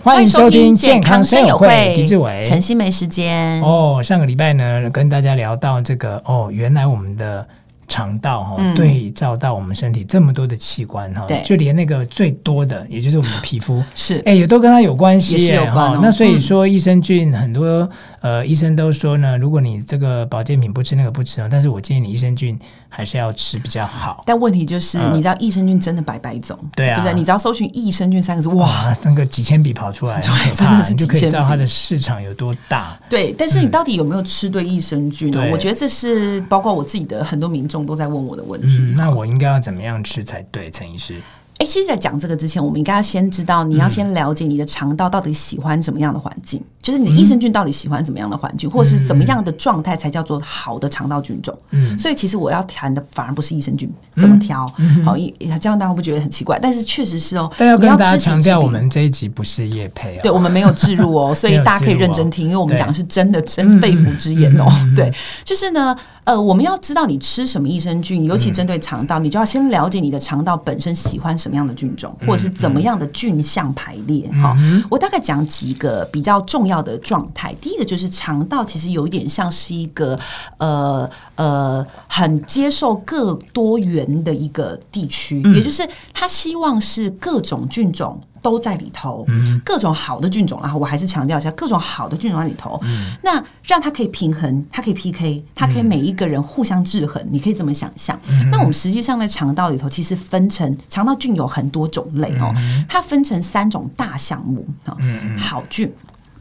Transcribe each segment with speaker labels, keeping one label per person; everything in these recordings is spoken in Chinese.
Speaker 1: 欢迎收听健康生友会，狄志伟。
Speaker 2: 晨曦没时间。
Speaker 1: 哦，上个礼拜呢，跟大家聊到这个哦，原来我们的肠道哈、哦
Speaker 2: 嗯
Speaker 1: 对照到我们身体这么多的器官哈、
Speaker 2: 对
Speaker 1: 就连那个最多的，也就是我们的皮肤，
Speaker 2: 是，
Speaker 1: 哎，也都跟它有关系
Speaker 2: 也是
Speaker 1: 耶
Speaker 2: 有关哦
Speaker 1: 哈那所以说，益生菌很多呃，医生都说呢，如果你这个保健品不吃那个不吃哦，但是我建议你益生菌还是要吃比较好。
Speaker 2: 但问题就是，
Speaker 1: 嗯
Speaker 2: 你知道益生菌真的百百种，
Speaker 1: 对啊
Speaker 2: 对不对？你只要搜寻益生菌三个字，哇，
Speaker 1: 哇，那个几千笔跑出来，
Speaker 2: 对
Speaker 1: 很可
Speaker 2: 真
Speaker 1: 怕
Speaker 2: 的是
Speaker 1: 你就可以
Speaker 2: 几千
Speaker 1: 知道它
Speaker 2: 笔
Speaker 1: 的市场有多大。
Speaker 2: 对。但是你到底有没有吃对益生菌呢
Speaker 1: 对？
Speaker 2: 我觉得这是包括我自己的很多民众都在问我的问题。
Speaker 1: 嗯，那我应该要怎么样吃才对，陈医师？
Speaker 2: 哎，其实，在讲这个之前，我们应该要先知道，你
Speaker 1: 嗯
Speaker 2: 要先了解你的肠道到底喜欢什么样的环境，就是你的益
Speaker 1: 嗯
Speaker 2: 生菌到底喜欢怎么样的环境，或者是怎么样的状态才叫做好的肠道菌种。
Speaker 1: 嗯
Speaker 2: 所以其实我要谈的反而不是益生菌怎么挑，好，一这样大家会不会觉得很奇怪？但是确实是哦，
Speaker 1: 但要
Speaker 2: 你
Speaker 1: 跟大家
Speaker 2: 知己
Speaker 1: 强
Speaker 2: 知
Speaker 1: 调，
Speaker 2: 彼
Speaker 1: 我们这一集不是叶配啊。
Speaker 2: 对，我们没有置入哦，所以大家可以认真听，因为我们讲的是真的真肺腑之言哦。对，就是呢，呃，我们要知道你吃什么益生菌，尤其针对肠道，你就要先了解你的肠道本身喜欢什么样的菌种，或者是怎么样的菌相排列哈、我大概讲几个比较重要的状态，第一个就是肠道其实有一点像是一个呃呃很接受各多元的一个地区，也就是他希望是各种菌种。都在里头，各种好的菌种，然后我还是强调一下，各种好的菌种在里头，那让它可以平衡，它可以 PK，它可以每一个人互相制衡，你可以这么想象。那我们实际上在肠道里头，其实分成肠道菌有很多种类哦，它分成三种大项目哈、好菌、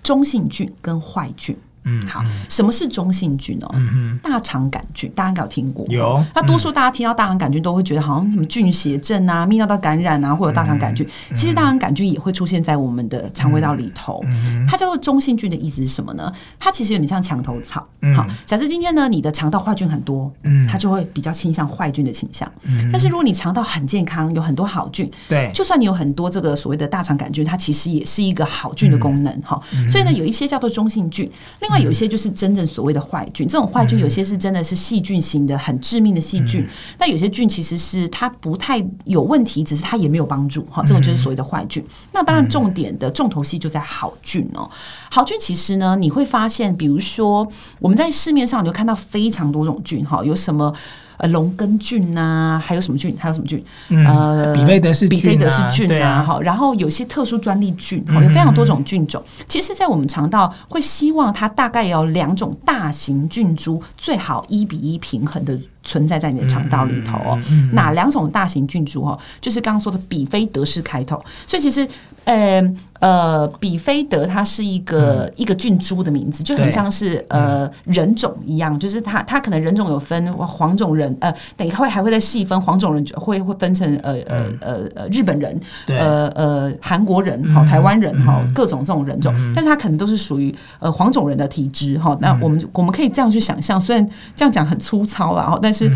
Speaker 2: 中性菌跟坏菌。嗯，好，什么是中性菌哦？大肠杆菌，大家应该有听过。
Speaker 1: 有
Speaker 2: 那多数大家听到大肠杆菌都会觉得好像什么菌血症啊、泌尿道感染啊，或者大肠杆菌。其实大肠杆菌也会出现在我们的肠胃道里头。它叫做中性菌的意思是什么呢？它其实有点像墙头草。好，假设今天呢，你的肠道坏菌很多，它就会比较倾向坏菌的倾向。但是如果你肠道很健康，有很多好菌，
Speaker 1: 对
Speaker 2: 就算你有很多这个所谓的大肠杆菌，它其实也是一个好菌的功能哈、所以呢，有一些叫做中性菌，另外有一些就是真正所谓的坏菌。这种坏菌有些是真的是细菌型的，很致命的细菌。那有些菌其实是它不太有问题，只是它也没有帮助哈。这种就是所谓的坏菌。那当然，重点的重头戏就在好菌哦。好菌其实呢，你会发现，比如说我们在市面上你就看到非常多种菌哈，有什么。呃，龙根菌呐、还有什么菌？还有什么菌？呃，
Speaker 1: 比菲德氏
Speaker 2: 比菲
Speaker 1: 菌
Speaker 2: 德
Speaker 1: 啊
Speaker 2: 氏
Speaker 1: 对
Speaker 2: 菌
Speaker 1: 啊嗯
Speaker 2: 啊，哈、然后有些特殊专利菌，哈、有非常多种菌种。其实，在我们肠道会希望它大概有两种大型菌株，最好一比一平衡的存在在你的肠道里头
Speaker 1: 嗯
Speaker 2: 哦。哪两种大型菌株哦？就是刚刚说的比菲德氏开头，所以其实。呃呃，比菲德它是一个、一个菌株的名字，就很
Speaker 1: 嗯对
Speaker 2: 像像是呃人种一样，就是它它可能人种有分黄种人，呃，等一下会还会再细分黄种人就会会分成呃呃呃呃日本人，
Speaker 1: 对
Speaker 2: 呃呃韩国人哈、台湾人哈、各种这种人种，但是它可能都是属于呃黄种人的体质哈、那我们我们可以这样去想象，虽然这样讲很粗糙啦，哈，但是。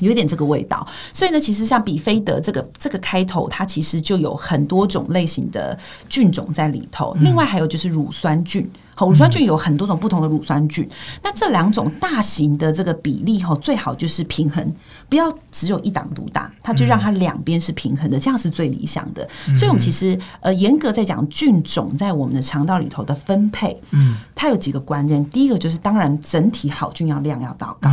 Speaker 2: 有一点这个味道，所以呢，其实像比菲德这个这个开头，它其实就有很多种类型的菌种在里头。另外还有就是乳酸菌，好，乳酸菌有很多种不同的乳酸菌。那这两种大型的这个比例哈，最好就是平衡，不要只有一党独大，它就让它两边是平衡的，这样是最理想的。所以我们其实呃，严格在讲菌种在我们的肠道里头的分配，嗯，它有几个关键。第一个就是当然整体好菌要量要到高，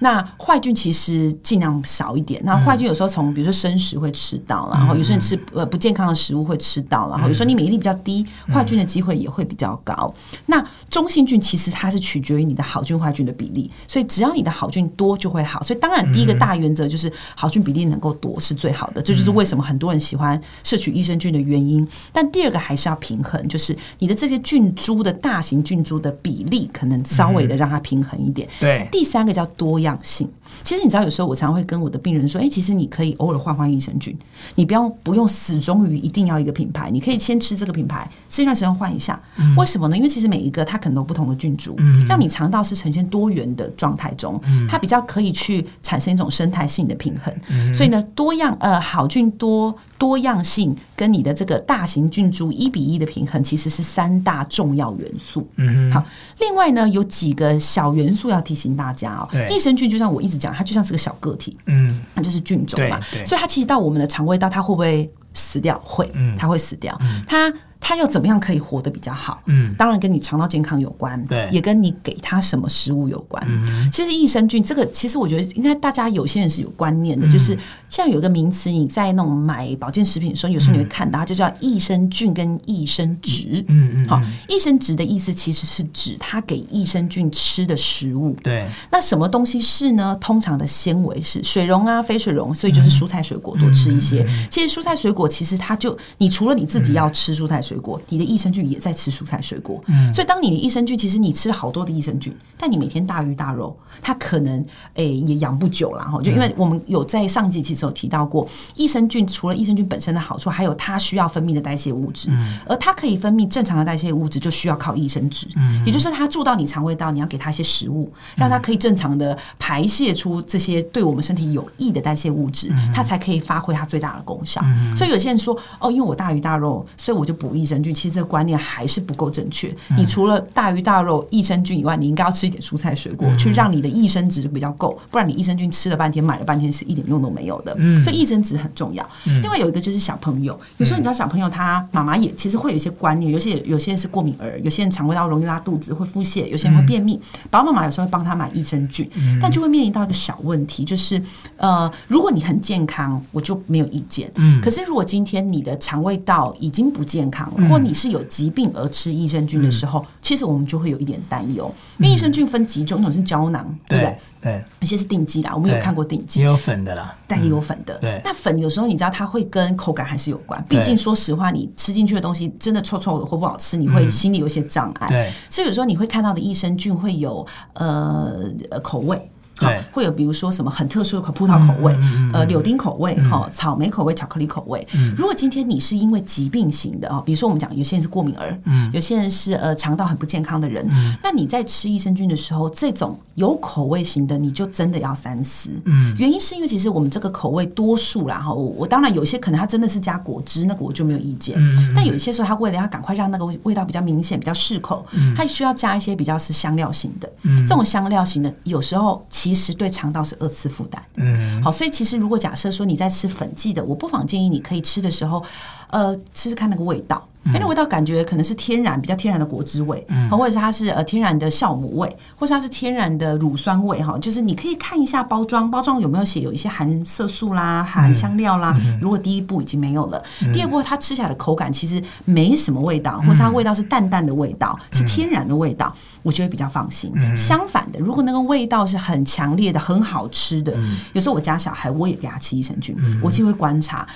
Speaker 2: 那坏菌其实尽量少一点。那坏菌有时候从比如说生食会吃到，然后有时候你吃呃不健康的食物会吃到，然后有时候你免疫力比较低，坏菌的机会也会比较高。那中性菌其实它是取决于你的好菌坏菌的比例，所以只要你的好菌多就会好。所以当然第一个大原则就是好菌比例能够多是最好的，这就是为什么很多人喜欢摄取益生菌的原因。但第二个还是要平衡，就是你的这些菌株的大型菌株的比例可能稍微的让它平衡一点。
Speaker 1: 对
Speaker 2: 第三个叫多样性。其实你知道，有时候我常会跟我的病人说：“哎、其实你可以偶尔换换益生菌，你不要不用始终于一定要一个品牌，你可以先吃这个品牌，吃一段时间换一下。为什么呢？因为其实每一个它可能有不同的菌株，让你肠道是呈现多元的状态中，它比较可以去产生一种生态性的平衡。所以呢，多样呃好菌多多样性跟你的这个大型菌株一比一的平衡，其实是三大重要元素。嗯，好。另外呢，有几个小元素要提醒大家哦
Speaker 1: 对。
Speaker 2: 益生菌就像我一直讲，它就像是个小个体，
Speaker 1: 嗯，
Speaker 2: 它就是菌种嘛
Speaker 1: 对对，嗯
Speaker 2: 所以它其实到我们的肠胃道，它会不会死掉？会，它会死掉。它它他要怎么样可以活得比较好？
Speaker 1: 嗯
Speaker 2: 当然跟你肠道健康有关，
Speaker 1: 对嗯
Speaker 2: 也跟你给他什么食物有关。其实益生菌这个，其实我觉得应该大家有些人是有观念的，
Speaker 1: 嗯
Speaker 2: 就是像有一个名词，你在那种买保健食品的时候，有时候你会看到，它就叫益生菌跟益生值。
Speaker 1: 嗯嗯，
Speaker 2: 好，益生值的意思其实是指它给益生菌吃的食物。
Speaker 1: 对，
Speaker 2: 那什么东西是呢？通常的纤维是水溶啊、非水溶，所以就是蔬菜水果多吃一些。其实蔬菜水果其实它就，你除了你自己要吃蔬菜水果，你的益生菌也在吃蔬菜水果。
Speaker 1: 嗯
Speaker 2: 所以当你的益生菌，其实你吃了好多的益生菌，但你每天大鱼大肉，它可能诶、也养不久啦。哈。就因为我们有在上季其实有提到过，益生菌除了益生菌本身的好处，还有它需要分泌的代谢物质，而它可以分泌正常的代谢物质，就需要靠益生值。也就是它住到你肠胃道，你要给它一些食物，让它可以正常的排泄出这些对我们身体有益的代谢物质，它才可以发挥它最大的功效。所以有些人说，哦，因为我大鱼大肉，所以我就补益生菌。其实这个观念还是不够正确。你除了大鱼大肉、益生菌以外，你应该要吃一点蔬菜水果，去让你的益生值比较够，不然你益生菌吃了半天、买了半天是一点用都没有的。所以益生值很重要。
Speaker 1: 嗯
Speaker 2: 另外有一个就是小朋友，有时候你知道小朋友他妈妈也其实会有一些观念，有些有些人是过敏儿，有些人肠胃道容易拉肚子会腹泻，有些人会便秘，
Speaker 1: 嗯
Speaker 2: 爸爸妈妈有时候会帮他买益生菌，但就会面临到一个小问题，就是呃，如果你很健康，我就没有意见。
Speaker 1: 嗯
Speaker 2: 可是如果今天你的肠胃道已经不健康了，或你是有疾病而吃益生菌的时
Speaker 1: 嗯
Speaker 2: 候，其实我们就会有一点担忧，因为益生菌分几种，一种是胶囊，对不对
Speaker 1: 对？对，
Speaker 2: 有些是定剂啦，我们有
Speaker 1: 对
Speaker 2: 看过定剂
Speaker 1: 也。有粉的啦，
Speaker 2: 但也有粉的。
Speaker 1: 嗯对
Speaker 2: 那粉有时候你知道它会跟口感还是有关，
Speaker 1: 对
Speaker 2: 毕竟说实话，你吃进去的东西真的臭臭的或不好吃，你会心里有一些障碍。
Speaker 1: 嗯对，
Speaker 2: 所以有时候你会看到的益生菌会有呃呃口味。
Speaker 1: 对嗯
Speaker 2: 好会有比如说什么很特殊的口葡萄口味，呃，柳丁口味，哈、草莓口味，巧克力口味。
Speaker 1: 嗯
Speaker 2: 如果今天你是因为疾病型的啊，哦比如说我们讲有些人是过敏儿，
Speaker 1: 嗯
Speaker 2: 有些人是呃肠道很不健康的人，那你在吃益生菌的时候，这种有口味型的，你就真的要三思。
Speaker 1: 嗯
Speaker 2: 原因是因为其实我们这个口味多数啦哈，我我当然有些可能它真的是加果汁，那个我就没有意见。
Speaker 1: 嗯
Speaker 2: 但有一些时候，它为了要赶快让那个味道比较明显、比较适口，
Speaker 1: 嗯
Speaker 2: 它需要加一些比较是香料型的。这种香料型的，有时候其实对肠道是二次负担。
Speaker 1: 嗯
Speaker 2: 好，所以其实如果假设说你在吃粉剂的，我不妨建议你可以吃的时候，呃，吃吃看那个味道。哎，那味道感觉可能是天然比较天然的果汁味，好或者是它是呃天然的酵母味，或是它是天然的乳酸味哈，就是你可以看一下包装，包装有没有写有一些含色素啦、含香料啦。如果第一步已经没有了，
Speaker 1: 嗯
Speaker 2: 第二步它吃起来的口感其实没什么味道，或是它味道是淡淡的味道，
Speaker 1: 嗯
Speaker 2: 是天然的味道，我觉得比较放心。相反的，如果那个味道是很强烈的、很好吃的，
Speaker 1: 嗯
Speaker 2: 有时候我家小孩我也给他吃益生菌，我就会观察。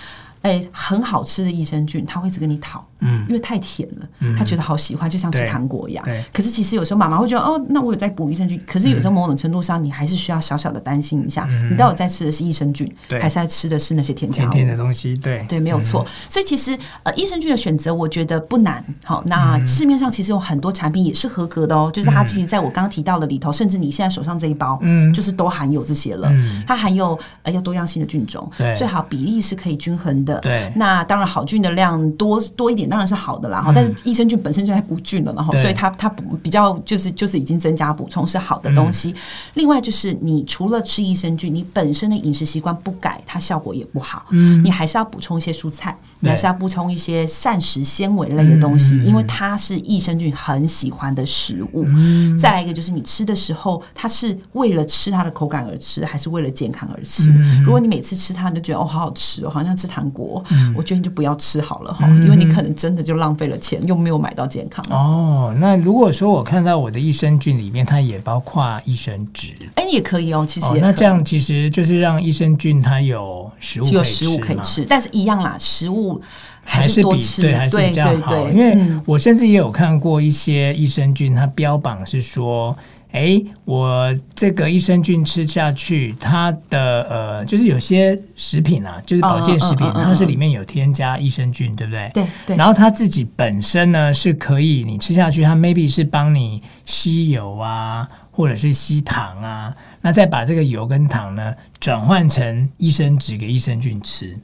Speaker 2: 哎、很好吃的益生菌，他会一直跟你讨，
Speaker 1: 嗯
Speaker 2: 因为太甜了，他觉得好喜欢，就像吃
Speaker 1: 对
Speaker 2: 糖果一样
Speaker 1: 对。嗯
Speaker 2: 可是其实有时候妈妈会觉得，哦，那我有在补益生菌，可是有时候某种程度上，你还是需要小小的担心一下，你到底在吃的是益生菌，
Speaker 1: 对
Speaker 2: 还是在吃的是那些添加
Speaker 1: 甜
Speaker 2: 物？
Speaker 1: 甜的东西，对
Speaker 2: 对，没有
Speaker 1: 嗯
Speaker 2: 错。所以其实呃，益生菌的选择我觉得不难。好，那
Speaker 1: 嗯
Speaker 2: 市面上其实有很多产品也是合格的哦，就是它其实在我刚刚提到的里头，甚至你现在手上这一包，
Speaker 1: 嗯
Speaker 2: 就是都含有这些了。
Speaker 1: 嗯
Speaker 2: 它含有呃要多样性的菌种
Speaker 1: 对，
Speaker 2: 最好比例是可以均衡的。
Speaker 1: 对
Speaker 2: 那当然好菌的量多多一点当然是好的啦。哈、但是益生菌本身就在补菌了，然后
Speaker 1: 嗯对
Speaker 2: 所以它它补比较就是就是已经增加补充是好的东西。另外就是你除了吃益生菌，你本身的饮食习惯不改，它效果也不好。你还是要补充一些蔬菜，你还是要补充一些膳食纤维类的东西，因为它是益生菌很喜欢的食物。再来一个就是你吃的时候，它是为了吃它的口感而吃，还是为了健康而吃？如果你每次吃它，你就觉得哦好好吃哦，好像吃糖果，我觉得你就不要吃好了哈，因为你可能真的就浪费了钱，又没有买到健康。
Speaker 1: 哦，那如果说我看到我的益生菌里面，它也包括益生脂，
Speaker 2: 哎，你也可以哦，其实
Speaker 1: 哦
Speaker 2: 也，可以
Speaker 1: 那这样其实就是让益生菌它有食物
Speaker 2: 就有
Speaker 1: 可以
Speaker 2: 食物可以
Speaker 1: 嘛，
Speaker 2: 吃，但是一样啦，食物还
Speaker 1: 是
Speaker 2: 多
Speaker 1: 比
Speaker 2: 吃，
Speaker 1: 对还是比
Speaker 2: 对
Speaker 1: 较好。
Speaker 2: 对，
Speaker 1: 因为
Speaker 2: 嗯
Speaker 1: 我甚至也有看过一些益生菌，它标榜是说。哎，我这个益生菌吃下去，它的呃，就是有些食品啊，就是保健食品，
Speaker 2: 嗯嗯嗯嗯嗯
Speaker 1: 它是里面有添加益生菌，对不对？
Speaker 2: 对对
Speaker 1: 然后它自己本身呢是可以，你吃下去，它 maybe 是帮你吸油啊，或者是吸糖啊，那再把这个油跟糖呢转换成益生脂给益生菌吃。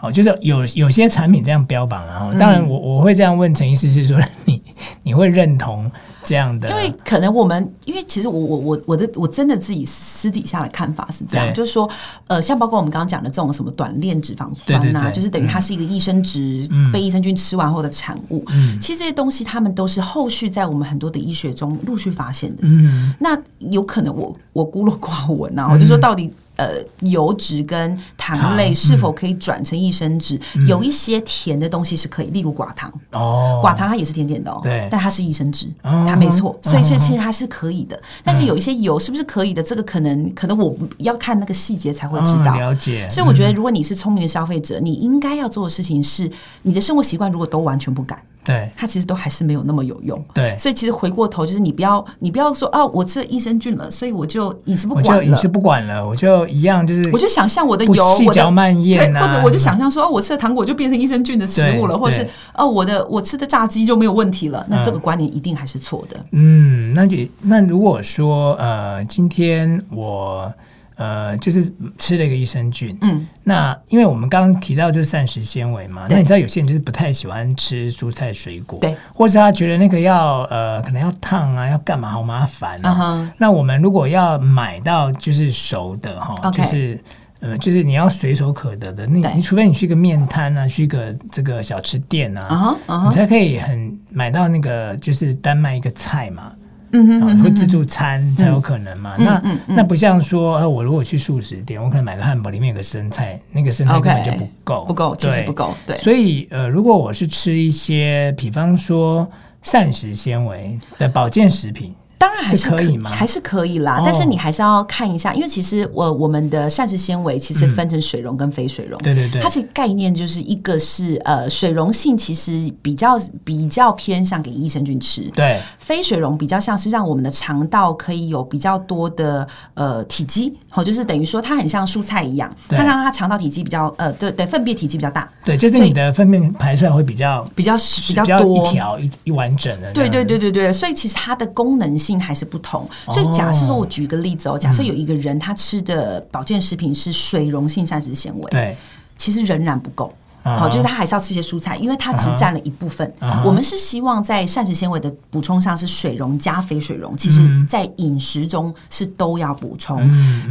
Speaker 1: 哦，就是有有些哦
Speaker 2: 嗯
Speaker 1: 产品这样标榜啊，然后当然我我会这样问陈医师是说你你会认同这样的，
Speaker 2: 因为可能我们，因为其实我我我我的我真的自己私底下的看法是这样，
Speaker 1: 对
Speaker 2: 就是说，呃，像包括我们刚刚讲的这种什么短链脂肪酸呐、
Speaker 1: 对对对
Speaker 2: 就是等于它是一个益生值、
Speaker 1: 嗯
Speaker 2: 被益生菌吃完后的产物。
Speaker 1: 嗯
Speaker 2: 其实这些东西，他们都是后续在我们很多的医学中陆续发现的。
Speaker 1: 嗯
Speaker 2: 那有可能我我孤陋寡闻啊，我就说到
Speaker 1: 嗯
Speaker 2: 底。呃，油脂跟糖类
Speaker 1: 糖
Speaker 2: 是否可以转成益生脂？有一些甜的东西是可以，例如寡糖。
Speaker 1: 哦，
Speaker 2: 寡糖它也是甜甜的哦，
Speaker 1: 对
Speaker 2: 但它是益生脂，
Speaker 1: 嗯
Speaker 2: 它没错，
Speaker 1: 嗯
Speaker 2: 所以所以其实它是可以的。但是有一些油是不是可以的，这个可能可能我要看那个细节才会知
Speaker 1: 嗯
Speaker 2: 道。
Speaker 1: 了解，嗯
Speaker 2: 所以我觉得，如果你是聪明的消费者，你应该要做的事情是，你的生活习惯如果都完全不改，
Speaker 1: 嗯对
Speaker 2: 它其实都还是没有那么有用。
Speaker 1: 对，
Speaker 2: 所以其实回过头就是你不要你不要说哦，我吃了益生菌了，所以我就饮食不
Speaker 1: 我就
Speaker 2: 管
Speaker 1: 也
Speaker 2: 了
Speaker 1: 是。不管了，我就一样就是
Speaker 2: 我就想象我的
Speaker 1: 不
Speaker 2: 油，
Speaker 1: 细
Speaker 2: 我的
Speaker 1: 嚼慢咽
Speaker 2: 对，
Speaker 1: 啊，
Speaker 2: 或者我就想象说，哦，我吃的糖果就变成益生菌的食物了，
Speaker 1: 对
Speaker 2: 或是
Speaker 1: 对
Speaker 2: 哦，我的我吃的炸鸡就没有问题了，那这个
Speaker 1: 嗯
Speaker 2: 观念一定还是错的。
Speaker 1: 嗯，那也那如果说呃，今天我呃就是吃了一个益生菌，
Speaker 2: 嗯，
Speaker 1: 那因为我们刚刚提到就是膳食纤维嘛，
Speaker 2: 对
Speaker 1: 那你知道有些人就是不太喜欢吃蔬菜水果，
Speaker 2: 对，
Speaker 1: 或是他觉得那个要呃可能要烫啊，要干嘛好麻烦
Speaker 2: 嗯
Speaker 1: 啊。
Speaker 2: 哼，
Speaker 1: 那我们如果要买到就是熟的哈
Speaker 2: OK
Speaker 1: 就是。呃，就是你要随手可得的，你
Speaker 2: 对
Speaker 1: 你除非你去一个面摊啊，去一个这个小吃店啊，
Speaker 2: 啊哈，啊
Speaker 1: 你
Speaker 2: 哈，
Speaker 1: 才可以很买到那个就是单卖一个菜嘛，
Speaker 2: 嗯哼
Speaker 1: 啊
Speaker 2: 嗯
Speaker 1: 会
Speaker 2: 哼，
Speaker 1: 自助餐才有可能嘛。
Speaker 2: 嗯
Speaker 1: 那、
Speaker 2: 嗯嗯
Speaker 1: 那不像说，呃，我如果去素食店，我可能买个汉堡，里面有个生菜，那个生菜
Speaker 2: OK，
Speaker 1: 根本就不够
Speaker 2: 不够，其实
Speaker 1: 对
Speaker 2: 不够，对。
Speaker 1: 所以呃，如果我是吃一些，比方说膳食纤维的保健食品，
Speaker 2: 当然还
Speaker 1: 是
Speaker 2: 是
Speaker 1: 可以吗
Speaker 2: 还是可以啦
Speaker 1: 哦，
Speaker 2: 但是你还是要看一下，因为其实呃我我们的膳食纤维其实分成水溶跟非水溶。
Speaker 1: 对对对
Speaker 2: 它，其实概念就是一个是呃水溶性，其实比较比较偏向给益生菌吃，
Speaker 1: 对
Speaker 2: 非水溶比较像是让我们的肠道可以有比较多的呃体积，好、就是等于说它很像蔬菜一样，
Speaker 1: 对
Speaker 2: 它让它肠道体积比较呃对对粪便体积比较大，
Speaker 1: 对，就是
Speaker 2: 所以
Speaker 1: 你的粪便排出来会比较
Speaker 2: 比较
Speaker 1: 比
Speaker 2: 比
Speaker 1: 较
Speaker 2: 较
Speaker 1: 一
Speaker 2: 多。
Speaker 1: 条一一完整的，
Speaker 2: 对对，对对对，所以其实它的功能性还是不同。
Speaker 1: 哦
Speaker 2: 所以假设说，我举一个例
Speaker 1: 嗯
Speaker 2: 子哦，假设有一个人他吃的保健食品是水溶性膳食纤维，
Speaker 1: 对，
Speaker 2: 其实仍然不够。
Speaker 1: 啊
Speaker 2: 好，就是他还是要吃一些蔬菜，因为它只占了一部分。
Speaker 1: 啊哈
Speaker 2: 我们是希望在膳食纤维的补充上是水溶加非水溶，其实
Speaker 1: 嗯
Speaker 2: 在饮食中是都要补充。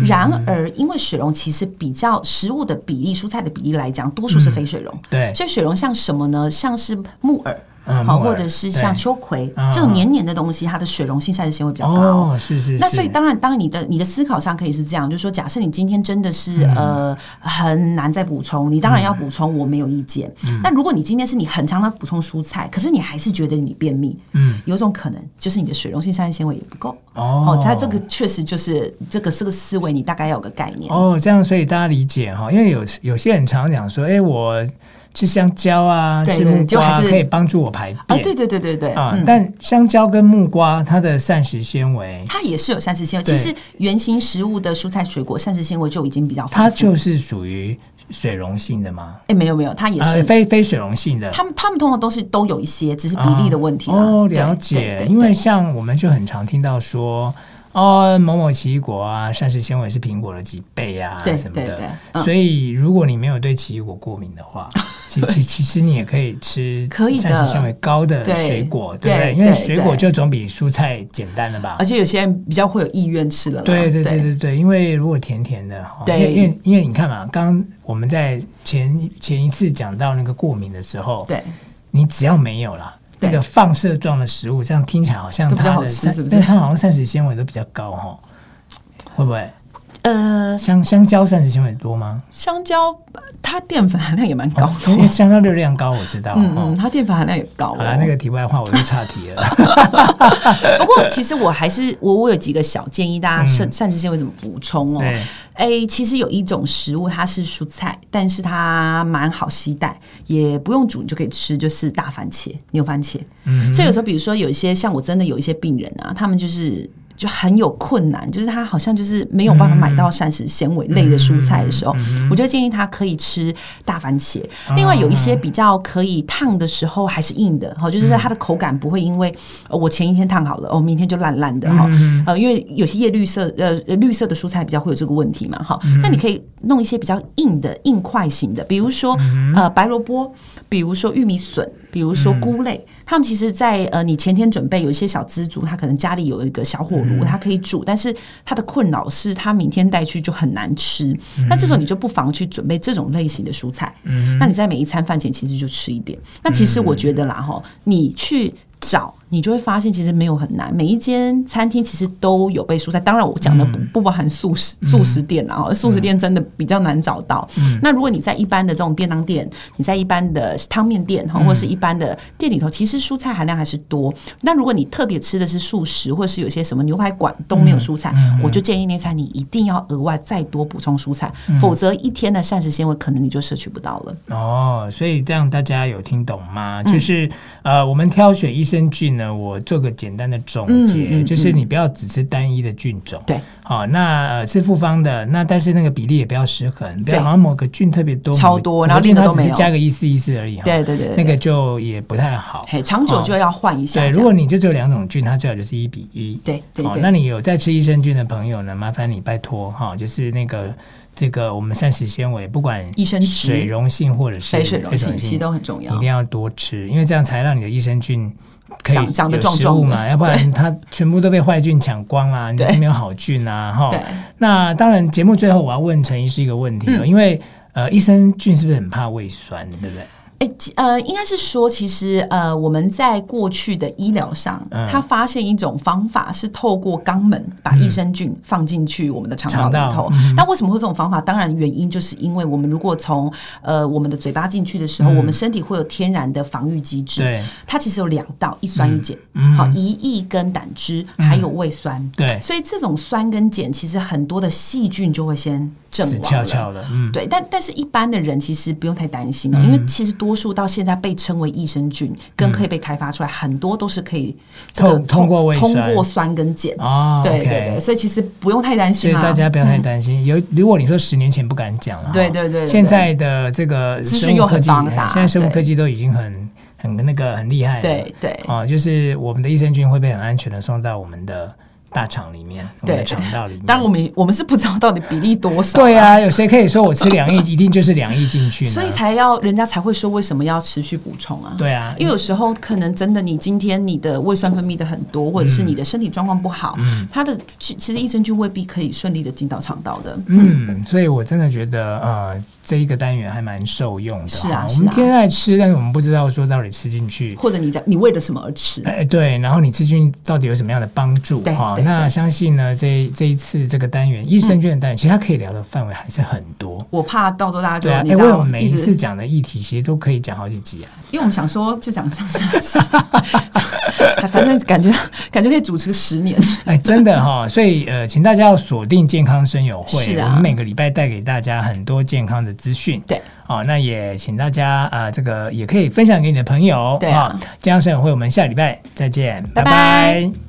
Speaker 2: 然而，因为水溶其实比较食物的比例、蔬菜的比例来讲，多数是非水溶。
Speaker 1: 嗯对，
Speaker 2: 所以水溶像什么呢？像是木耳。
Speaker 1: 嗯
Speaker 2: 好，
Speaker 1: 木耳
Speaker 2: 或者是像
Speaker 1: 对
Speaker 2: 秋葵
Speaker 1: 啊
Speaker 2: 这种黏黏的东西，它的水溶性膳食纤维比较高。
Speaker 1: 哦，是是是，
Speaker 2: 那所以当然，当然你的你的思考上可以是这样，就是说，假设你今天真的是、
Speaker 1: 嗯
Speaker 2: 呃很难再补充，你当然要补充，我没有意见。
Speaker 1: 嗯
Speaker 2: 但如果你今天是你很常常补充蔬菜，可是你还是觉得你便秘，
Speaker 1: 嗯，
Speaker 2: 有种可能就是你的水溶性膳食纤维也不够。
Speaker 1: 哦
Speaker 2: 哦，，它这个确实就是这个这个思维，你大概要有个概念。
Speaker 1: 哦，这样所以大家理解哈，因为有有些人常讲说，哎、我吃香蕉啊，
Speaker 2: 对
Speaker 1: 吃
Speaker 2: 对
Speaker 1: 木
Speaker 2: 就
Speaker 1: 瓜
Speaker 2: 还是
Speaker 1: 可以帮助我排便
Speaker 2: 啊，对对对对对，
Speaker 1: 啊
Speaker 2: 嗯。
Speaker 1: 但香蕉跟木瓜它的膳食纤维，
Speaker 2: 它也是有膳食纤维，
Speaker 1: 对
Speaker 2: 其实原型食物的蔬菜水果膳食纤维就已经比较丰富。
Speaker 1: 它就是属于水溶性的吗？
Speaker 2: 哎、没有没有，它也
Speaker 1: 啊、
Speaker 2: 是，
Speaker 1: 非非水溶性的。
Speaker 2: 他们他们通常都是都有一些，只是比例的问题啦、
Speaker 1: 哦，
Speaker 2: 对
Speaker 1: 了
Speaker 2: 对
Speaker 1: 解。
Speaker 2: 对
Speaker 1: 因为
Speaker 2: 对
Speaker 1: 像我们就很常听到说，哦，某某奇异果啊，膳食纤维是苹果的几倍啊，
Speaker 2: 对
Speaker 1: 什么
Speaker 2: 对对
Speaker 1: 的。
Speaker 2: 嗯
Speaker 1: 所以，如果你没有对奇异果过敏的 话，其其其实你也可以吃
Speaker 2: 可以的
Speaker 1: 膳食纤维高的
Speaker 2: 对
Speaker 1: 水果，对不对？
Speaker 2: 对
Speaker 1: 因为
Speaker 2: 对
Speaker 1: 水果
Speaker 2: 对
Speaker 1: 就总比蔬菜简单了吧
Speaker 2: 而？且有些人比较会有意愿吃的啦。
Speaker 1: 对对对对对，因为如果甜甜的，哦
Speaker 2: 对
Speaker 1: 因为因为因为你看嘛，刚刚我们在前前一次讲到那个过敏的时候，
Speaker 2: 对
Speaker 1: 你只要没有啦，那
Speaker 2: 对
Speaker 1: 个放射状的食物，这样听起来好像
Speaker 2: 都比较
Speaker 1: 它
Speaker 2: 好
Speaker 1: 的
Speaker 2: 吃
Speaker 1: 膳，
Speaker 2: 是不是
Speaker 1: 但它好像膳食纤维都比较高哈，会不会？
Speaker 2: 呃，
Speaker 1: 香香蕉膳食纤维多吗？
Speaker 2: 香蕉它淀粉含量也蛮高
Speaker 1: 哦
Speaker 2: 的
Speaker 1: 因
Speaker 2: 哦、
Speaker 1: 为香蕉热量高，我知道。
Speaker 2: 嗯嗯，
Speaker 1: 哦
Speaker 2: 它淀粉含量也高、哦。
Speaker 1: 好了，那个题外话我就岔题 了。
Speaker 2: 不过其实我还是我我有几个小建议，大家膳膳食纤维怎么补充哦。
Speaker 1: 嗯对，
Speaker 2: 哎、其实有一种食物它是蔬菜，但是它蛮好携带，也不用煮你就可以吃，就是大番茄、牛番茄。
Speaker 1: 嗯
Speaker 2: 所以有时候，比如说有一些像我真的有一些病人啊，他们就是。就很有困难，就是他好像就是没有办法买到膳食纤维类的蔬菜的时候，我就建议他可以吃大番茄。另外有一些比较可以烫的时候还是硬的，哈，就是它的口感不会因为呃我前一天烫好了，哦明天就烂烂的哈。呃，因为有些叶绿色呃绿色的蔬菜比较会有这个问题嘛，哈。那你可以弄一些比较硬的硬块型的，比如说呃白萝卜，比如说玉米笋，比如说菇类，他们其实在，呃，你前天准备有一些小资族，他可能家里有一个小火炉，他可以煮，但是他的困扰是他明天带去就很难吃。那这时候你就不妨去准备这种类型的蔬菜。那你在每一餐饭前其实就吃一点。那其实我觉得啦，哈，你去。找你就会发现，其实没有很难。每一间餐厅其实都有备蔬菜，当然我讲的不、
Speaker 1: 嗯
Speaker 2: 不包含素食素食店啦，哦素食店真的比较难找到。
Speaker 1: 嗯
Speaker 2: 那如果你在一般的这种便当店，你在一般的汤面店
Speaker 1: 嗯
Speaker 2: 哈，或是一般的店里头，其实蔬菜含量还是多。那如果你特别吃的是素食，或是有些什么牛排馆都
Speaker 1: 嗯
Speaker 2: 没有蔬菜，我就建议那餐你一定要额外再多补充蔬菜，
Speaker 1: 嗯
Speaker 2: 否则一天的膳食纤维可能你就摄取不到了。
Speaker 1: 哦，所以这样大家有听懂吗？
Speaker 2: 嗯
Speaker 1: 就是呃，我们挑选益生菌呢，我做个简单的总结，
Speaker 2: 嗯嗯嗯
Speaker 1: 就是你不要只吃单一的菌种。
Speaker 2: 对，
Speaker 1: 好、那、呃、吃复方的，那但是那个比例也不要失衡，不
Speaker 2: 对
Speaker 1: 要好像某个菌特别多，
Speaker 2: 超
Speaker 1: 某个
Speaker 2: 多
Speaker 1: 某个
Speaker 2: 然后
Speaker 1: 菌
Speaker 2: 另一个
Speaker 1: 它
Speaker 2: 都没
Speaker 1: 只是
Speaker 2: 有
Speaker 1: 加个一丝一丝而已。哈
Speaker 2: 对对对对
Speaker 1: 那个就也不太好。
Speaker 2: 嘿，长久就要换一下这
Speaker 1: 对，
Speaker 2: 样。
Speaker 1: 如果你就只有两种菌，它最好就是一比一。
Speaker 2: 对对
Speaker 1: 哦，
Speaker 2: 对
Speaker 1: 那你有在吃益生菌的朋友呢，麻烦你拜托哈、就是那个这个我们膳食纤维，不管
Speaker 2: 益生菌
Speaker 1: 水溶性或者是
Speaker 2: 肥水溶性其实都很重要
Speaker 1: 你一定要多吃，因为这样才让你的益生菌可以
Speaker 2: 长长得
Speaker 1: 有
Speaker 2: 壮
Speaker 1: 食
Speaker 2: 壮
Speaker 1: 物
Speaker 2: 的
Speaker 1: 嘛，要不然它全部都被坏菌抢光啦、你就
Speaker 2: 对
Speaker 1: 没有好菌啊哈
Speaker 2: 对。
Speaker 1: 那当然，节目最后我要问陈医师一个问题哦，
Speaker 2: 嗯
Speaker 1: 因为呃，益生菌是不是很怕胃酸，对不对？
Speaker 2: 哎、其呃，应该是说，其实呃，我们在过去的医疗上，
Speaker 1: 嗯
Speaker 2: 他发现一种方法是透过肛门把益生菌放进去我们的肠道里
Speaker 1: 嗯肠道
Speaker 2: 头。那为什么会这种方法？当然，原因就是因为我们如果从呃我们的嘴巴进去的时候，我们身体会有天然的防御机制。
Speaker 1: 嗯对嗯
Speaker 2: 它其实有两道，一酸一碱，好、胰液跟胆汁，还有胃酸。
Speaker 1: 对，
Speaker 2: 所以这种酸跟碱，其实很多的细菌就会先阵
Speaker 1: 死
Speaker 2: 亡
Speaker 1: 翘
Speaker 2: 了。
Speaker 1: 翘的，嗯，
Speaker 2: 对，但但是一般的人其实不用太担心哦，因为其实多数到现在被称为益生菌，跟可以被开发出来，很多都是可以这个
Speaker 1: 透通过胃
Speaker 2: 通
Speaker 1: 酸
Speaker 2: 过酸跟碱。
Speaker 1: 哦，
Speaker 2: 对
Speaker 1: OK
Speaker 2: 对对，所以其实不用太担
Speaker 1: 所以
Speaker 2: 心啊啦。
Speaker 1: 大家不要太担心。有如果你说十年前不敢讲了哈，
Speaker 2: 对对对对对
Speaker 1: 现在的这个
Speaker 2: 资
Speaker 1: 生
Speaker 2: 讯
Speaker 1: 物
Speaker 2: 又
Speaker 1: 科
Speaker 2: 很
Speaker 1: 技，哎
Speaker 2: 发达
Speaker 1: 现在生物
Speaker 2: 对
Speaker 1: 科技都已经很很那个很厉害了。
Speaker 2: 对对
Speaker 1: 哦，就是我们的益生菌会被很安全的送到我们的大肠里面，我们的
Speaker 2: 对
Speaker 1: 肠道里 面。
Speaker 2: 当然我们我们是不知道到底比例多少，
Speaker 1: 对，啊，有谁可以说我吃两亿一定就是两亿进去呢？
Speaker 2: 所以才要人家才会说为什么要持续补充啊？
Speaker 1: 对啊，
Speaker 2: 因为有时候可能真的，你今天你的胃酸分泌的很多，或者是你的身体状况不好，
Speaker 1: 嗯
Speaker 2: 它的其其实益生菌未必可以顺利的进到肠道的。
Speaker 1: 嗯，所以我真的觉得，呃，这一个单元还蛮受用的。
Speaker 2: 是啊
Speaker 1: 哈
Speaker 2: 是啊
Speaker 1: 我们天天在吃，但是我们不知道说到底吃进去
Speaker 2: 或者你在你为了什么而吃？
Speaker 1: 哎，对，然后你吃菌到底有什么样的帮助？
Speaker 2: 嗯对
Speaker 1: 哈
Speaker 2: 对
Speaker 1: 那
Speaker 2: 对嗯
Speaker 1: 相信呢，这这一次这个单元益生菌的单元，其实它可以聊的范围还是很多。
Speaker 2: 我怕到时候大家就、
Speaker 1: 对啊，
Speaker 2: 你
Speaker 1: 哎，
Speaker 2: 知
Speaker 1: 为我
Speaker 2: 道
Speaker 1: 们每
Speaker 2: 一
Speaker 1: 一次
Speaker 2: 直，
Speaker 1: 讲的议题，其实都可以讲好几集啊。
Speaker 2: 因为我们想说就讲上下集， 还反正感觉感觉可以主持十年。
Speaker 1: 哎，真的哈、所以呃，请大家要锁定健康生友会，
Speaker 2: 是啊
Speaker 1: 我们每个礼拜带给大家很多健康的资讯。
Speaker 2: 对，
Speaker 1: 哦，那也请大家啊、呃这个也可以分享给你的朋友。
Speaker 2: 对啊
Speaker 1: 哦健康生友会，我们下礼拜再见，
Speaker 2: 拜拜
Speaker 1: 拜